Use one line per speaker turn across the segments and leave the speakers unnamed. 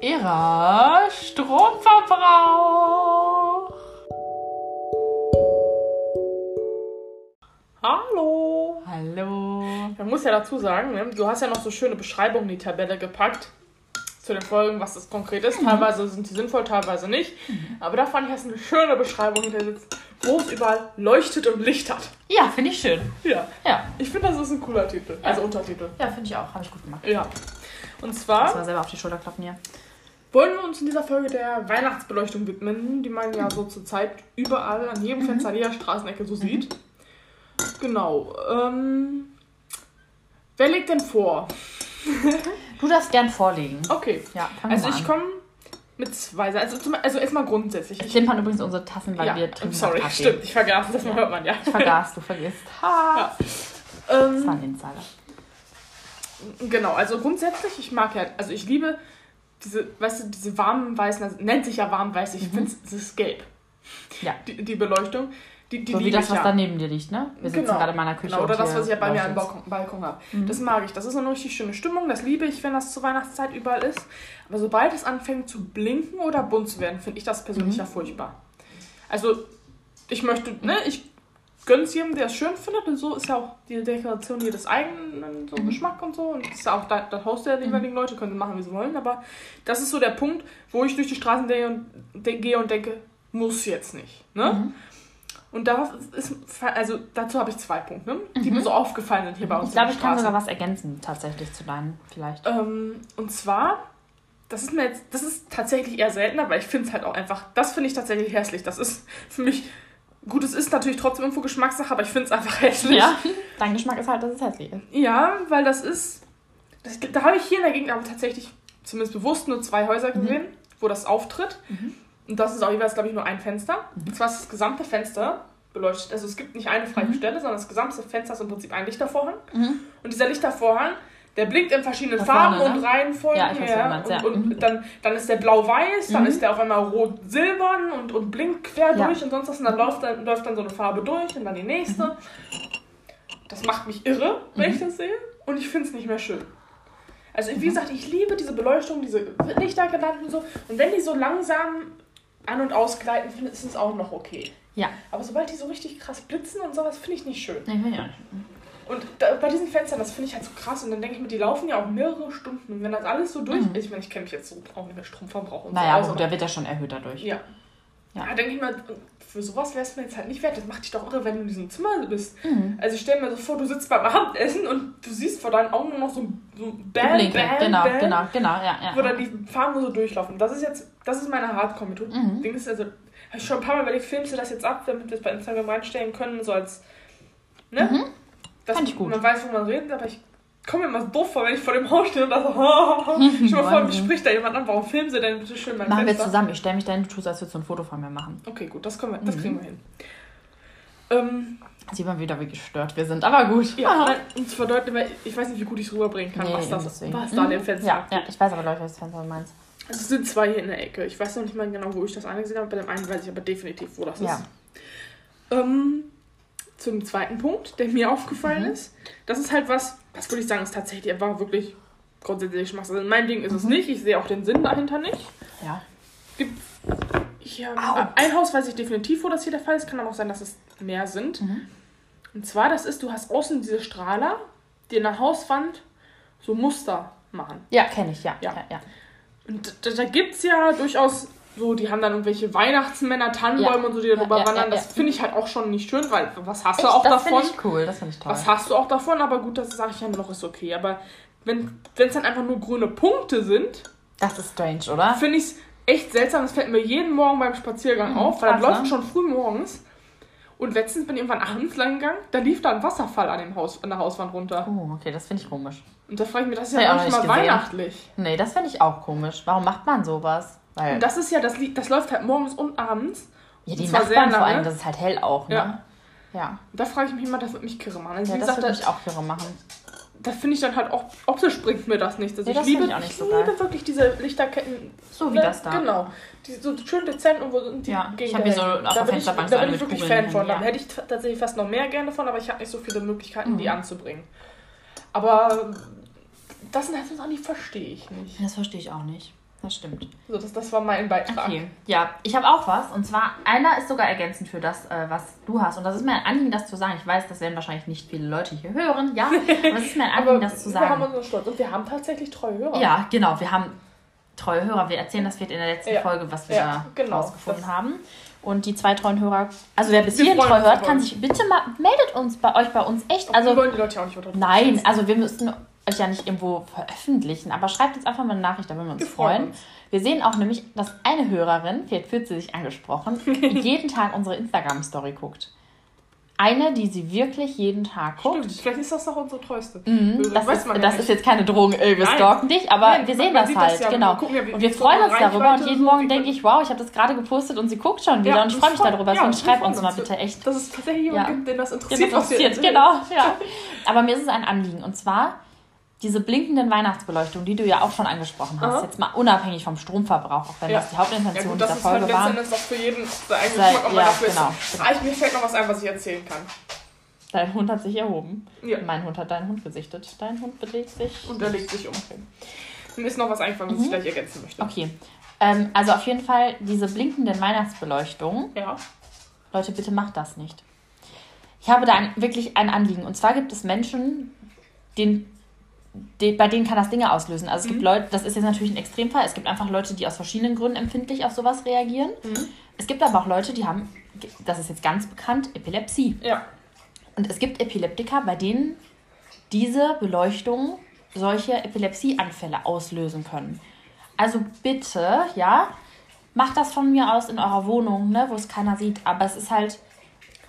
Ihrer Stromverbrauch.
Hallo.
Hallo.
Man muss ja dazu sagen, ne, du hast ja noch so schöne Beschreibungen in die Tabelle gepackt zu den Folgen, was das konkret ist. Teilweise sind sie sinnvoll, teilweise nicht. Aber da fand ich, hast du eine schöne Beschreibung hinter dir, wo es überall leuchtet und Licht hat.
Ja, finde ich schön.
Ja.
Ja,
Ich finde, das ist ein cooler Titel. Also Untertitel.
ja finde ich auch. Habe ich gut gemacht.
Ja. Und
Lass
zwar
mal selber auf die Schulter klappen hier.
wollen wir uns in dieser Folge der Weihnachtsbeleuchtung widmen, die man ja so zurzeit überall an jedem Fenster, an jeder Straßenecke so sieht. Genau. Ähm, wer legt denn vor?
Du darfst gern vorlegen.
Okay.
Ja, fang
Also
mal
ich
an.
komme mit zwei Seiten. Also, zum, also erstmal grundsätzlich. Ich,
Klimpern übrigens unsere Tassen, weil
ja,
wir trinken
sorry,
noch Kaffee.
stimmt. Ich vergaß, das hört man ja.
Ich vergaß, du vergisst. Ha. Das war
Ähm,
ein Insider.
genau, also grundsätzlich, ich mag ja, also ich liebe diese, weißt du, diese warmen weißen, also nennt sich ja warm weiß, ich finde es ist gelb.
Mhm. Ja.
Die, die Beleuchtung, die, die
So wie
liebe
das,
ich
was
ja.
da neben dir liegt, ne? Wir sitzen
Genau.
gerade in meiner Küche.
Genau, oder
und
das,
hier Mhm.
was ich ja bei mir am
leuchtet's.
Balkon, Balkon habe. Das mag ich. Das ist eine richtig schöne Stimmung. Das liebe ich, wenn das zur Weihnachtszeit überall ist. Aber sobald es anfängt zu blinken oder bunt zu werden, finde ich das
Mhm.
persönlich ja furchtbar. Also, ich möchte, ne, ich gönn's jedem, der es schön findet. Und so ist ja auch die Dekoration jedes eigenen
Mhm.
so Geschmack und so. Und ist ja auch da, das Haus der jeweiligen Leute, können sie machen, wie sie wollen. Aber das ist so der Punkt, wo ich durch die Straßen gehe und, de- gehe und denke, muss jetzt nicht. Ne?
Mhm.
Und darauf ist, ist- also dazu habe ich zwei Punkte, ne? die mir so aufgefallen sind hier bei uns.
Mhm. Ich glaube,
in
ich
der
kann
Straße.
sogar was ergänzen, tatsächlich zu deinen, vielleicht.
Ähm, und zwar, das ist mir jetzt, das ist tatsächlich eher seltener, weil ich finde es halt auch einfach, das finde ich tatsächlich hässlich. Das ist für mich, gut, es ist natürlich trotzdem irgendwo Geschmackssache, aber ich finde es einfach hässlich.
Ja. Dein Geschmack ist halt, dass es hässlich ist.
Ja, weil das ist, das, da habe ich hier in der Gegend aber tatsächlich zumindest bewusst nur zwei Häuser gesehen, wo das auftritt. Und das ist auch jeweils, glaube ich, nur ein Fenster. Und zwar ist das gesamte Fenster beleuchtet. Also es gibt nicht eine freie Stelle, sondern das gesamte Fenster ist im Prinzip ein Lichtervorhang. Und dieser Lichtervorhang, der blinkt in verschiedenen
Da
Farben
vorne, ne?
und Reihenfolgen.
Ja, ich weiß, was du meinst,
und,
ja. Mhm.
und dann, dann ist der blau-weiß, dann ist der auf einmal rot-silbern und, und blinkt quer
Ja.
durch und sonst was. Und dann läuft, dann läuft dann so eine Farbe durch und dann die nächste. Das macht mich irre, wenn
Mhm.
ich das sehe. Und ich finde es nicht mehr schön. Also, wie gesagt, ich liebe diese Beleuchtung, diese Lichtergedanken und so. Und wenn die so langsam an- und ausgleiten, finde ich es auch noch okay.
Ja.
Aber sobald die so richtig krass blitzen und sowas, finde ich nicht schön.
Nee, finde ich auch nicht.
Und da, bei diesen Fenstern, das finde ich halt so krass. Und dann denke ich mir, die laufen ja auch mehrere Stunden. Und wenn das alles so durch ist, ich meine, ich kenne mich jetzt so auch nicht mehr Stromverbrauch und
Naja,
so. also
gut, der wird Mhm. ja schon erhöht dadurch.
Ja.
Ja.
Ja. Da denke ich mal, für sowas wär's mir jetzt halt nicht wert. Das macht dich doch irre, wenn du in diesem Zimmer bist.
Mhm.
Also ich stell mir so vor, du sitzt beim Abendessen und du siehst vor deinen Augen nur noch so ein so ein Bam,
Blinken,
Bam,
genau,
Bam,
genau, genau, ja, ja.
wo dann die Farben so durchlaufen. Das ist jetzt, das ist meine Hardcore-Methode.
Mhm.
Ding ist also, hab ich schon ein paar Mal überlegt, filmst du das jetzt ab, damit wir es bei Instagram reinstellen können, so als, ne? Dass
Mhm. Fand ich gut.
man weiß, wo man redet, aber ich komme mir immer so doof vor, wenn ich vor dem Haus stehe und da so, schon mal vor, mich
Wahnsinn.
spricht da jemand an, warum filmen sie denn bitte schön mein
Machen wir
Fenster?
zusammen. Ich stelle mich dahin, du tust, als würdest du ein Foto von mir machen.
Okay, gut, das, können wir,
Mhm.
das kriegen wir hin. Ähm,
Sieht man wieder, wie gestört wir sind. Aber gut.
ja,
Aha.
nein, um zu verdeutlichen, weil ich weiß nicht, wie gut ich es rüberbringen kann,
Ah. Nee,
was, das,
deswegen. Mhm.
was da in dem Fenster
ja, ja, ich weiß aber, glaube ich, welches Fenster du meinst.
Also es sind zwei hier in der Ecke. Ich weiß noch nicht mal genau, wo ich das eine gesehen habe. Bei dem einen weiß ich aber definitiv, wo das
Ja.
ist. Ähm, zum zweiten Punkt, der mir
Mhm.
aufgefallen ist. Das ist halt was, was würde ich sagen, ist tatsächlich einfach wirklich grundsätzlich Schmacks. Also mein Ding ist
Mhm.
es nicht. Ich sehe auch den Sinn dahinter nicht.
Ja.
Gibt hier
Au.
ein Haus weiß ich definitiv, wo das hier der Fall ist. Kann aber auch sein, dass es mehr sind. Und zwar, das ist, du hast außen diese Strahler, die in der Hauswand so Muster machen.
Ja, kenne ich, ja.
Ja.
ja. ja.
Und da, da gibt es ja durchaus so, die haben dann irgendwelche Weihnachtsmänner, Tannenbäume
Ja.
und so, die darüber
Ja, ja,
wandern.
ja,
Das
ja.
finde ich halt auch schon nicht schön, weil was hast du
Echt,
auch
das
davon?
finde ich cool, das finde ich toll.
Was hast du auch davon? Aber gut, das sage ich ja noch, ist okay. Aber wenn es dann einfach nur grüne Punkte sind,
Das ist strange, oder?
finde ich es echt seltsam. Das fällt mir jeden Morgen beim Spaziergang auf, weil das
krass,
läuft
ne?
schon früh morgens. Und letztens bin ich irgendwann abends lang gegangen, da lief da ein Wasserfall an, dem Haus, an der Hauswand runter.
Oh, okay, das finde ich komisch.
Und da frage ich mich, das ist
Hab ich
ja
auch
manchmal
noch
mal
nicht gesehen.
weihnachtlich.
Nee, das finde ich auch komisch. Warum macht man sowas? Weil
Und das ist ja, das, Lied- das läuft halt morgens und abends.
ja,
und
die
zwar sehr
Nachbarn vor
lange.
allem, das ist halt hell auch, ne?
Ja.
Ja. Ja,
Und Da frage ich mich immer, das wird mich kirre machen. Also, wie
das
gesagt,
würde
das,
mich auch kirre machen.
das finde ich dann halt auch, optisch bringt mir das nichts. Also
Nee,
ich
das
liebe,
finde ich auch nicht so geil.
liebe wirklich diese Lichterketten.
So wie
Ne?
das da.
Genau. Die so schön dezent und wo sind die
Ja, ich
gegen-
hab hier so auf
da
der
bin ich,
Fensterbank
Da
so
bin
eine mit
ich wirklich
Kugeln
Fan von.
hängen,
Da
ja.
hätte ich t- tatsächlich fast noch mehr gerne von, aber ich habe nicht so viele Möglichkeiten,
Mhm.
die anzubringen. Aber das sind halt Sachen, die verstehe ich nicht.
Das verstehe ich auch nicht. das stimmt.
So, das, das war mein Beitrag.
Okay. Ja, ich habe auch was. Und zwar, einer ist sogar ergänzend für das, äh, was du hast. Und das ist mir ein Anliegen, das zu sagen. Ich weiß, das werden wahrscheinlich nicht viele Leute hier hören, ja. Aber es ist mir ein Anliegen, das zu
Wir haben
sagen.
unseren Stolz. Und wir haben tatsächlich treue Hörer.
Ja, genau. Wir haben treue Hörer. Wir erzählen das wird in der letzten
Ja.
Folge, was wir
Ja,
da
genau.
rausgefunden
Das-
haben. Und die zwei treuen Hörer, also wer bis
Wir
hierhin
freuen
treu
uns
hört,
über
kann
euch.
sich bitte mal, meldet uns bei euch bei uns echt.
Also,
Also
wir wollen die Leute ja auch nicht unterdrücken.
Nein, also wir müssten euch ja nicht irgendwo veröffentlichen, aber schreibt uns einfach mal eine Nachricht, da würden wir uns
Wir freuen
freuen.
uns.
Wir sehen auch nämlich, dass eine Hörerin, vielleicht fühlt sie sich angesprochen, jeden Tag unsere Instagram-Story guckt. Eine, die sie wirklich jeden Tag guckt.
Stimmt, vielleicht ist das noch unsere treueste.
Mhm,
Hörerin,
das
weiß
ist,
man ja
das
nicht.
ist jetzt keine Drohung, ey, wir
Nein.
stalken dich, aber
Nein,
wir sehen
man
das
sieht das
halt,
ja, wir
genau.
gucken ja, wie-
und
wie
wir
so
freuen uns
Reichweite
darüber und jeden
so,
Morgen
wie-
denke ich, wow, ich habe das gerade gepostet und sie guckt schon wieder und ich freue mich
voll-
darüber.
ja,
und
wir
schreibt
freuen
uns mal bitte echt,
Dass es tatsächlich jemand
Ja.
gibt, den das
Ja,
interessiert, was wir
interessiert,
erzählen.
genau. Ja. Aber mir ist es ein Anliegen. Und zwar diese blinkenden Weihnachtsbeleuchtungen, die du ja auch schon angesprochen hast.
Aha.
Jetzt mal unabhängig vom Stromverbrauch, auch wenn
Ja.
das die
Ja,
Hauptintention
gut,
dieser
das ist halt
Folge
letzten
war.
Endes auch für jeden der eigene
Sei-
Geschmack, ob man
ja,
dafür
genau.
ist. Ah, ich, mir fällt noch was ein, was ich erzählen kann.
Dein Hund hat sich erhoben.
Ja.
Mein Hund hat deinen Hund gesichtet. Dein Hund belegt sich.
Und er legt sich um. Mir ist noch was eingefallen, was ich gleich ergänzen möchte.
Mhm. Okay. Ähm, also auf jeden Fall diese blinkenden Weihnachtsbeleuchtungen.
Ja.
Leute, bitte macht das nicht. Ich habe da ein, wirklich ein Anliegen. Und zwar gibt es Menschen, den, den, bei denen kann das Dinge auslösen. Also es gibt Leute, das ist jetzt natürlich ein Extremfall, es gibt einfach Leute, die aus verschiedenen Gründen empfindlich auf sowas reagieren. Es gibt aber auch Leute, die haben, das ist jetzt ganz bekannt, Epilepsie.
Ja.
Und es gibt Epileptiker, bei denen diese Beleuchtung solche Epilepsieanfälle auslösen können. Also bitte, ja, macht das von mir aus in eurer Wohnung, ne, wo es keiner sieht. Aber es ist halt,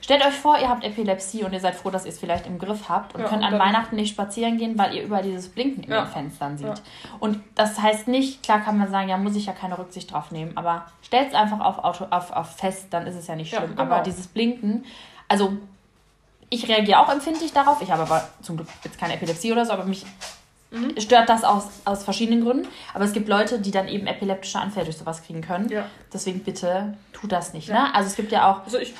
stellt euch vor, ihr habt Epilepsie und ihr seid froh, dass ihr es vielleicht im Griff habt und
Ja,
könnt
und
an
dann-
Weihnachten nicht spazieren gehen, weil ihr über dieses Blinken in
Ja.
den Fenstern seht.
Ja.
Und das heißt nicht, klar kann man sagen, ja, muss ich ja keine Rücksicht drauf nehmen, aber stellt es einfach auf, Auto, auf, auf fest, dann ist es ja nicht
Ja,
schlimm.
genau.
Aber dieses Blinken, also ich reagiere auch empfindlich darauf. Ich habe aber zum Glück jetzt keine Epilepsie oder so, aber mich
Mhm.
stört das aus, aus verschiedenen Gründen. Aber es gibt Leute, die dann eben epileptische Anfälle durch sowas kriegen können.
Ja.
Deswegen bitte tut das nicht.
Ja.
Ne? Also es gibt ja auch
Also ich,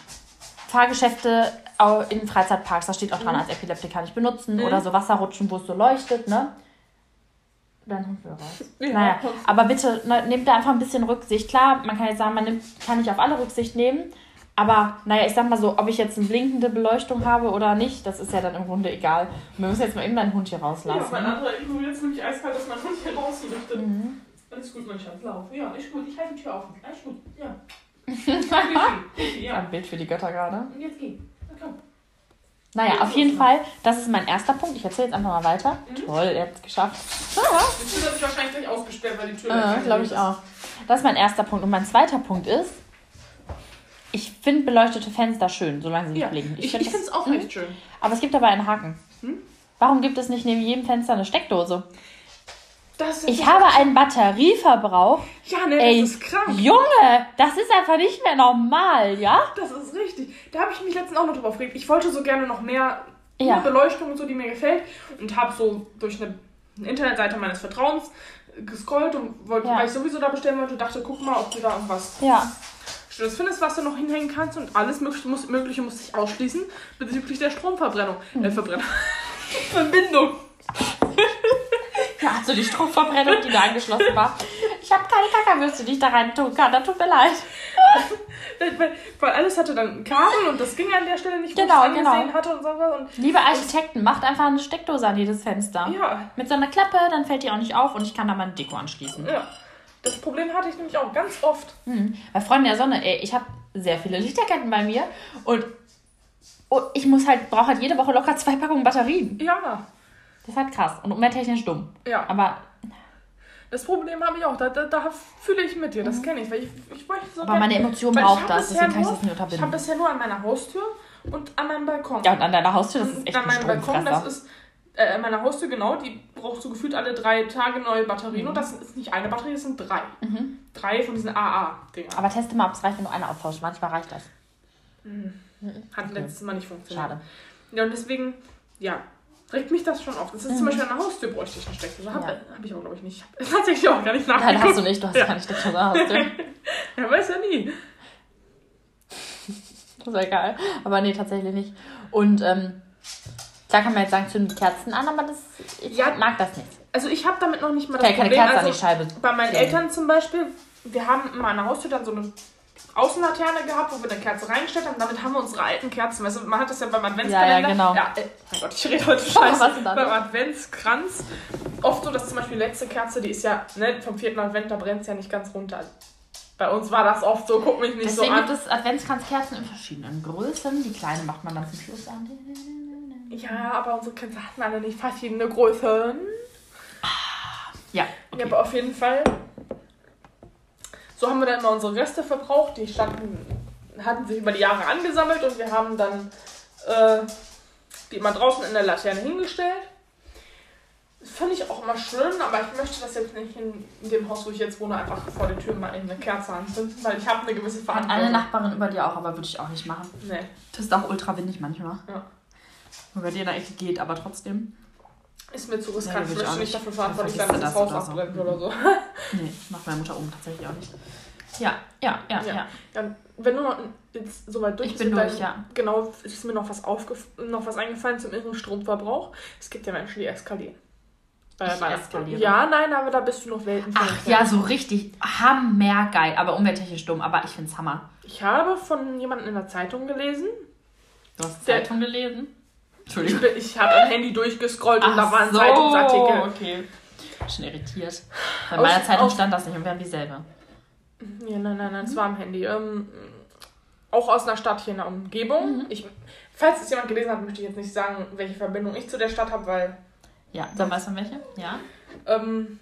Fahrgeschäfte au- in Freizeitparks, da steht auch
Mhm.
dran, als Epileptiker nicht benutzen oder so Wasserrutschen, wo es so leuchtet. Ne? Dein Hund will raus.
Ja.
Naja, aber bitte ne, nehmt da einfach ein bisschen Rücksicht. Klar, man kann jetzt sagen, man nimmt, kann nicht auf alle Rücksicht nehmen. Aber naja, ich sag mal so, ob ich jetzt eine blinkende Beleuchtung habe oder nicht, das ist ja dann im Grunde egal. Wir müssen jetzt mal eben deinen Hund hier
ja,
rauslassen.
mein anderer ignoriert jetzt nämlich eiskalt, dass mein Hund hier raus möchte.
Mhm.
Alles gut, mein Schatz, lauf. Ja, ist gut, ich halte die Tür offen. Alles gut, ja. Geh, geh, ja.
Ein Bild für die Götter gerade.
Und jetzt geh. Na komm.
Naja, auf jeden Fall, das ist mein erster Punkt. Ich erzähle jetzt einfach mal weiter.
Mhm.
Toll, ihr habt es geschafft.
Die Tür hat mich wahrscheinlich gleich ausgesperrt, weil die Tür...
Ja,
gleich
glaube ich
ist.
auch. Das ist mein erster Punkt. Und mein zweiter Punkt ist, ich finde beleuchtete Fenster schön, solange sie nicht
Ja,
blinken.
ich, Hm? ich
find
finde
das- mhm.
es auch echt Hm? schön.
Aber es gibt dabei einen Haken. Warum gibt es nicht neben jedem Fenster eine Steckdose?
Das ist,
Ich habe einen Batterieverbrauch.
ja, ne,
Ey,
das ist krank.
Junge, das ist einfach nicht mehr normal, ja?
Das ist richtig. Da habe ich mich letztens auch noch drüber aufgeregt. Ich wollte so gerne noch mehr
Ja.
Beleuchtung und so, die mir gefällt. Und habe so durch eine Internetseite meines Vertrauens gescrollt und wollte,
Ja.
weil ich sowieso da bestellen wollte, dachte, guck mal, ob du da irgendwas
Ja.
Schönes findest, was du noch hinhängen kannst. Und alles Mögliche, muss, Mögliche musste ich ausschließen bezüglich der Stromverbrennung.
Hm.
Äh, Verbrennung. Verbindung.
Ja, also die Stromverbrennung, die da angeschlossen war. Ich habe keine Kackerwürste, die ich da rein tun kann. Das tut mir leid.
Weil, weil, weil alles hatte dann Kabel und das ging an der Stelle nicht, wo
Genau,
ich es angesehen
genau.
hatte und so was. Und
Liebe Architekten, macht einfach eine Steckdose an jedes Fenster.
ja,
Mit so einer Klappe, dann fällt die auch nicht auf und ich kann da meine Deko anschließen.
ja. Das Problem hatte ich nämlich auch ganz oft.
Bei Freunden der Sonne, ey, ich habe sehr viele Lichterketten bei mir und und ich muss halt, brauche halt jede Woche locker zwei Packungen Batterien.
Ja.
Das ist halt krass und umwelttechnisch dumm.
Ja.
Aber,
Das Problem habe ich auch. Da, da, da fühle ich mit dir. Das kenne ich. Weil ich, ich möchte so
Mhm. aber
gerne-
meine Emotion
weil ich
braucht
habe
das,
bisher
deswegen kann ich
nur-
das nicht
Ich habe
unterbinden.
bisher nur an meiner Haustür und an meinem Balkon.
Ja, und an deiner Haustür, das ist
Und
echt
an
ein
meinem Balkon, das
Stromfresser.
ist äh, an meiner Haustür genau. Die brauchst du gefühlt alle drei Tage neue Batterien.
Mhm.
Und das ist nicht eine Batterie, das sind drei. Drei von diesen AA-Dingern.
Aber teste mal, ob es reicht, wenn du eine austauscht. Manchmal reicht das.
Hat letztes Mal nicht funktioniert.
Schade.
Ja, und deswegen, ja, regt mich das schon auf. Das ist zum Beispiel an der Haustür bräuchte ich eine Steckdose. Habe
Mhm. Ja.
hab ich auch, glaube ich, nicht. Ich habe tatsächlich auch gar nicht nachgeguckt.
Nein, hast du nicht, du hast
Ja.
keine Steckdose an der Haustür.
Ja, weiß ja nie.
Das ist ja geil. Aber nee, tatsächlich nicht. Und ähm, da kann man jetzt sagen, zünden die Kerzen an, aber das, ich
Ja.
mag das nicht.
also ich habe damit noch nicht mal das
Kann ja keine
Problem.
Kerze an
Also
die Scheibe.
bei meinen
stellen.
Eltern zum Beispiel, wir haben immer an der Haustür dann so eine Außenlaterne gehabt, wo wir eine Kerze reingestellt haben. Damit haben wir unsere alten Kerzen. Weißt du, man hat das ja beim Adventskalender.
Ja, ja, genau.
Ja, äh, mein Gott, ich rede heute
Was
scheiße.
denn da?
beim Adventskranz. Oft so, dass zum Beispiel die letzte Kerze, die ist ja ne, vom vierten Advent, da brennt es ja nicht ganz runter. Bei uns war das oft so, guck mich nicht
Deswegen
so ah,
gibt
an.
es Adventskranzkerzen in verschiedenen Größen. Die kleine macht man dann zum Schluss an.
Ja, aber unsere Kerzen hatten alle nicht fast jede Größe.
Ja,
Ja,
okay.
aber auf jeden Fall. So haben wir dann immer unsere Reste verbraucht. Die standen, hatten sich über die Jahre angesammelt und wir haben dann äh, die immer draußen in der Laterne hingestellt. Das fand ich auch immer schön, aber ich möchte das jetzt nicht in dem Haus, wo ich jetzt wohne, einfach vor der Tür mal eine Kerze anzünden, weil ich habe eine gewisse
Hat
Verantwortung.
eine Nachbarin über dir auch, aber würde ich auch nicht machen.
Nee.
Das ist auch ultra windig manchmal.
Ja.
Und bei dir na echt geht, aber trotzdem.
Ist mir zu
Nee,
riskant.
will
ich
ich
möchte
auch
nicht
nicht.
dafür verantwortlich sein,
Dann
dass das Haus
vergisst du das oder
abbrennt
so.
oder so.
Nee, macht meine Mutter oben tatsächlich auch nicht. Ja, ja, ja,
Ja.
ja.
Dann, wenn du noch jetzt soweit durch
Ich bin
mit
durch,
deinem-
ja.
Genau, ist mir noch was, aufgef noch was eingefallen zum irren Stromverbrauch. Es gibt ja Menschen, die eskalieren. Bei
Ich
meiner-
eskaliere.
Ja, nein, aber da bist du noch Welten. von
Ach
entfernt.
ja, so richtig hammergeil. Aber umwelttechnisch dumm, aber ich find's Hammer.
Ich habe von jemandem in der Zeitung gelesen.
Du hast
Der-
Zeitung gelesen?
Ich,
Entschuldigung.
bin- ich habe am Handy durchgescrollt und da war ein
so,
Zeitungsartikel.
okay. Schon irritiert. Bei
Aus-
meiner Zeitung
aus-
stand das nicht und wir haben dieselbe.
Ja, nein, nein, nein, es war am Handy. Ähm, auch aus einer Stadt hier in der
Mhm.
Umgebung. Ich, falls es jemand gelesen hat, möchte ich jetzt nicht sagen, welche Verbindung ich zu der Stadt habe, weil
Ja, dann weißt du welche? Ja.
Ähm,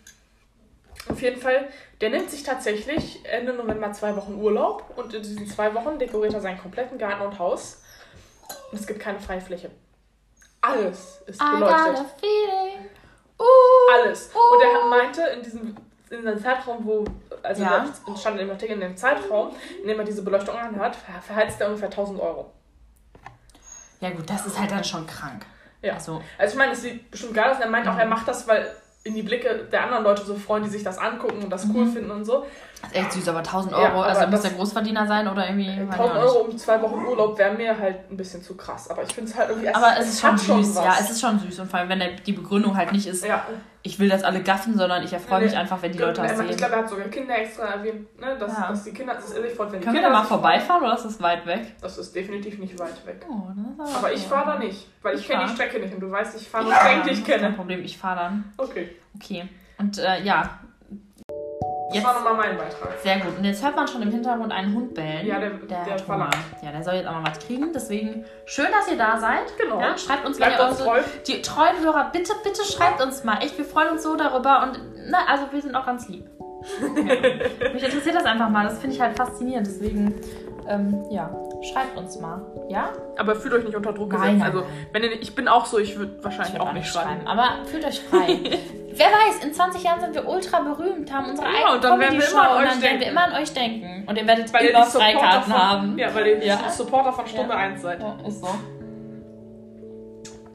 auf jeden Fall, der nimmt sich tatsächlich Ende November zwei Wochen Urlaub und in diesen zwei Wochen dekoriert er seinen kompletten Garten und Haus. Und es gibt keine Freifläche. Alles ist
Ah,
beleuchtet.
feeling. Uh.
Alles. Und er meinte, in diesem in dem Zeitraum, wo, also
Ja.
da stand im Artikel, in dem Zeitraum, in dem er diese Beleuchtung anhat, ver- verheizt er ungefähr 1000 Euro.
Ja gut, das ist halt dann schon krank.
Ja.
Also,
Also ich meine, es sieht bestimmt geil aus. Und er meint auch, er macht das, weil in die Blicke der anderen Leute so freuen, die sich das angucken und das
Mhm.
cool finden und so.
das ist echt süß, aber 1000 Euro,
Ja, aber
also muss
das-
der Großverdiener sein oder irgendwie. weiß ich auch
1000
nicht.
Euro um zwei Wochen Urlaub wäre mir halt ein bisschen zu krass. Aber ich finde es halt irgendwie.
Aber es ist schon
hat
süß,
was.
ja, es ist schon süß. Und vor allem, wenn der, die Begründung halt nicht ist,
Ja,
ich will, dass alle gaffen, sondern ich erfreue mich
Nee.
einfach, wenn die Leute das
ich
sehen.
glaube, er hat sogar Kinder extra erwähnt, ne? dass,
Ja.
dass die Kinder das ehrlich freut, wenn die
Können wir da
Kinder
mal
sich-
vorbeifahren oder ist das weit weg?
Das ist definitiv nicht weit weg.
Oh, das ist
Aber ich fahre da nicht, weil ich
Ich
kenne die
fahr.
Strecke nicht und du weißt, ich fahre nur
Ich fahr
Strecken, die
dann,
ich
das ist Kein
kenne.
Problem, ich fahre dann.
Okay,
Okay. Und äh, ja.
das
Jetzt,
war nochmal mein Beitrag.
sehr gut. Und jetzt hört man schon im Hintergrund einen Hund bellen.
Ja, der- der
hat Hunger.
verlangt.
Ja, der soll jetzt auch mal was kriegen. Deswegen schön, dass ihr da seid.
Genau.
Ja, schreibt uns, wenn
Bleibt
ihr also-
uns
unsere,
treu.
die treuen Hörer, bitte, bitte schreibt uns mal. Echt, wir freuen uns so darüber. Und na, also wir sind auch ganz lieb. Ja. Mich interessiert das einfach mal. Das finde ich halt faszinierend. Deswegen, ähm, ja, schreibt uns mal. Ja?
Aber fühlt euch nicht unter Druck gesetzt.
Nein, nein,
also,
nein.
wenn ihr, nicht- ich bin auch so, ich würde wahrscheinlich
Ich
auch nicht schreiben.
Aber fühlt euch frei. Wer weiß, in 20 Jahren sind wir ultra berühmt, haben unsere
Ja,
eigene
und dann werden wir
Comedy-Show
immer an
und
euch
dann werden wir
denken.
immer an euch denken. Und ihr werdet
Weil ihr
immer
die Supporter
Freikarten
von,
haben.
ja, weil ihr die
Ja.
Supporter von Stunde
Ja.
1 seid.
Ja, ist so.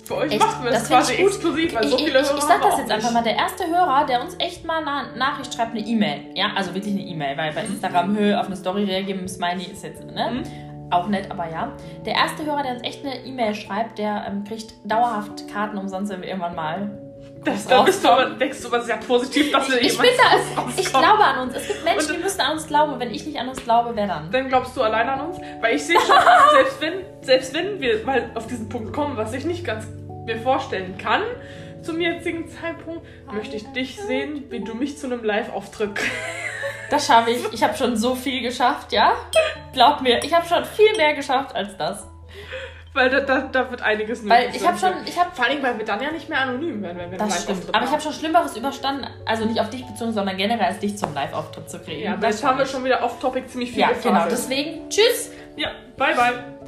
Für euch
Echt,
machen wir das,
das find
quasi
ich gut.
exklusiv, weil
ich,
so
ich,
viele
ich,
Hörer
ich sag
haben wir
das
auch
jetzt
nicht.
einfach mal. Der erste Hörer, der uns echt mal eine Nachricht schreibt, eine E-Mail. Ja, also wirklich eine E-Mail, weil
Mhm.
bei Instagram Höhe auf eine Story reagieren mit einem Smiley ist jetzt, ne?
Mhm.
Auch nett, aber ja. Der erste Hörer, der uns echt eine E-Mail schreibt, der ähm, kriegt dauerhaft Karten umsonst, wenn wir irgendwann mal.
Das, da bist du aber, denkst du aber sehr positiv, dass wir
Ich, ich bin
jemals
da, es- ich
Also rauskommen.
glaube an uns. Es gibt Menschen,
Und-
die müssen an uns glauben. Und wenn ich nicht an uns glaube, wer dann?
Dann glaubst du allein an uns? Weil ich sehe schon, selbst, wenn, selbst wenn wir mal auf diesen Punkt kommen, was ich nicht ganz mir vorstellen kann, zum jetzigen Zeitpunkt, möchte ich dich sehen, wie du mich zu einem Live-Auftritt.
Das schaffe ich. Ich habe schon so viel geschafft, ja? Glaub mir, ich habe schon viel mehr geschafft als das.
Weil da, da, da wird einiges
Weil
nötig
ich
sein.
habe schon, ich habe
Vor allem, weil wir dann ja nicht mehr anonym werden, wenn wir
Das stimmt. Aber ich habe schon Schlimmeres überstanden. Also nicht auf dich bezogen, sondern generell als dich zum Live-Auftritt zu kriegen.
Ja, aber
Das
jetzt haben wir schon wieder off-topic ziemlich viel
ja
gefaselt.
genau. Deswegen, tschüss.
Ja, bye bye.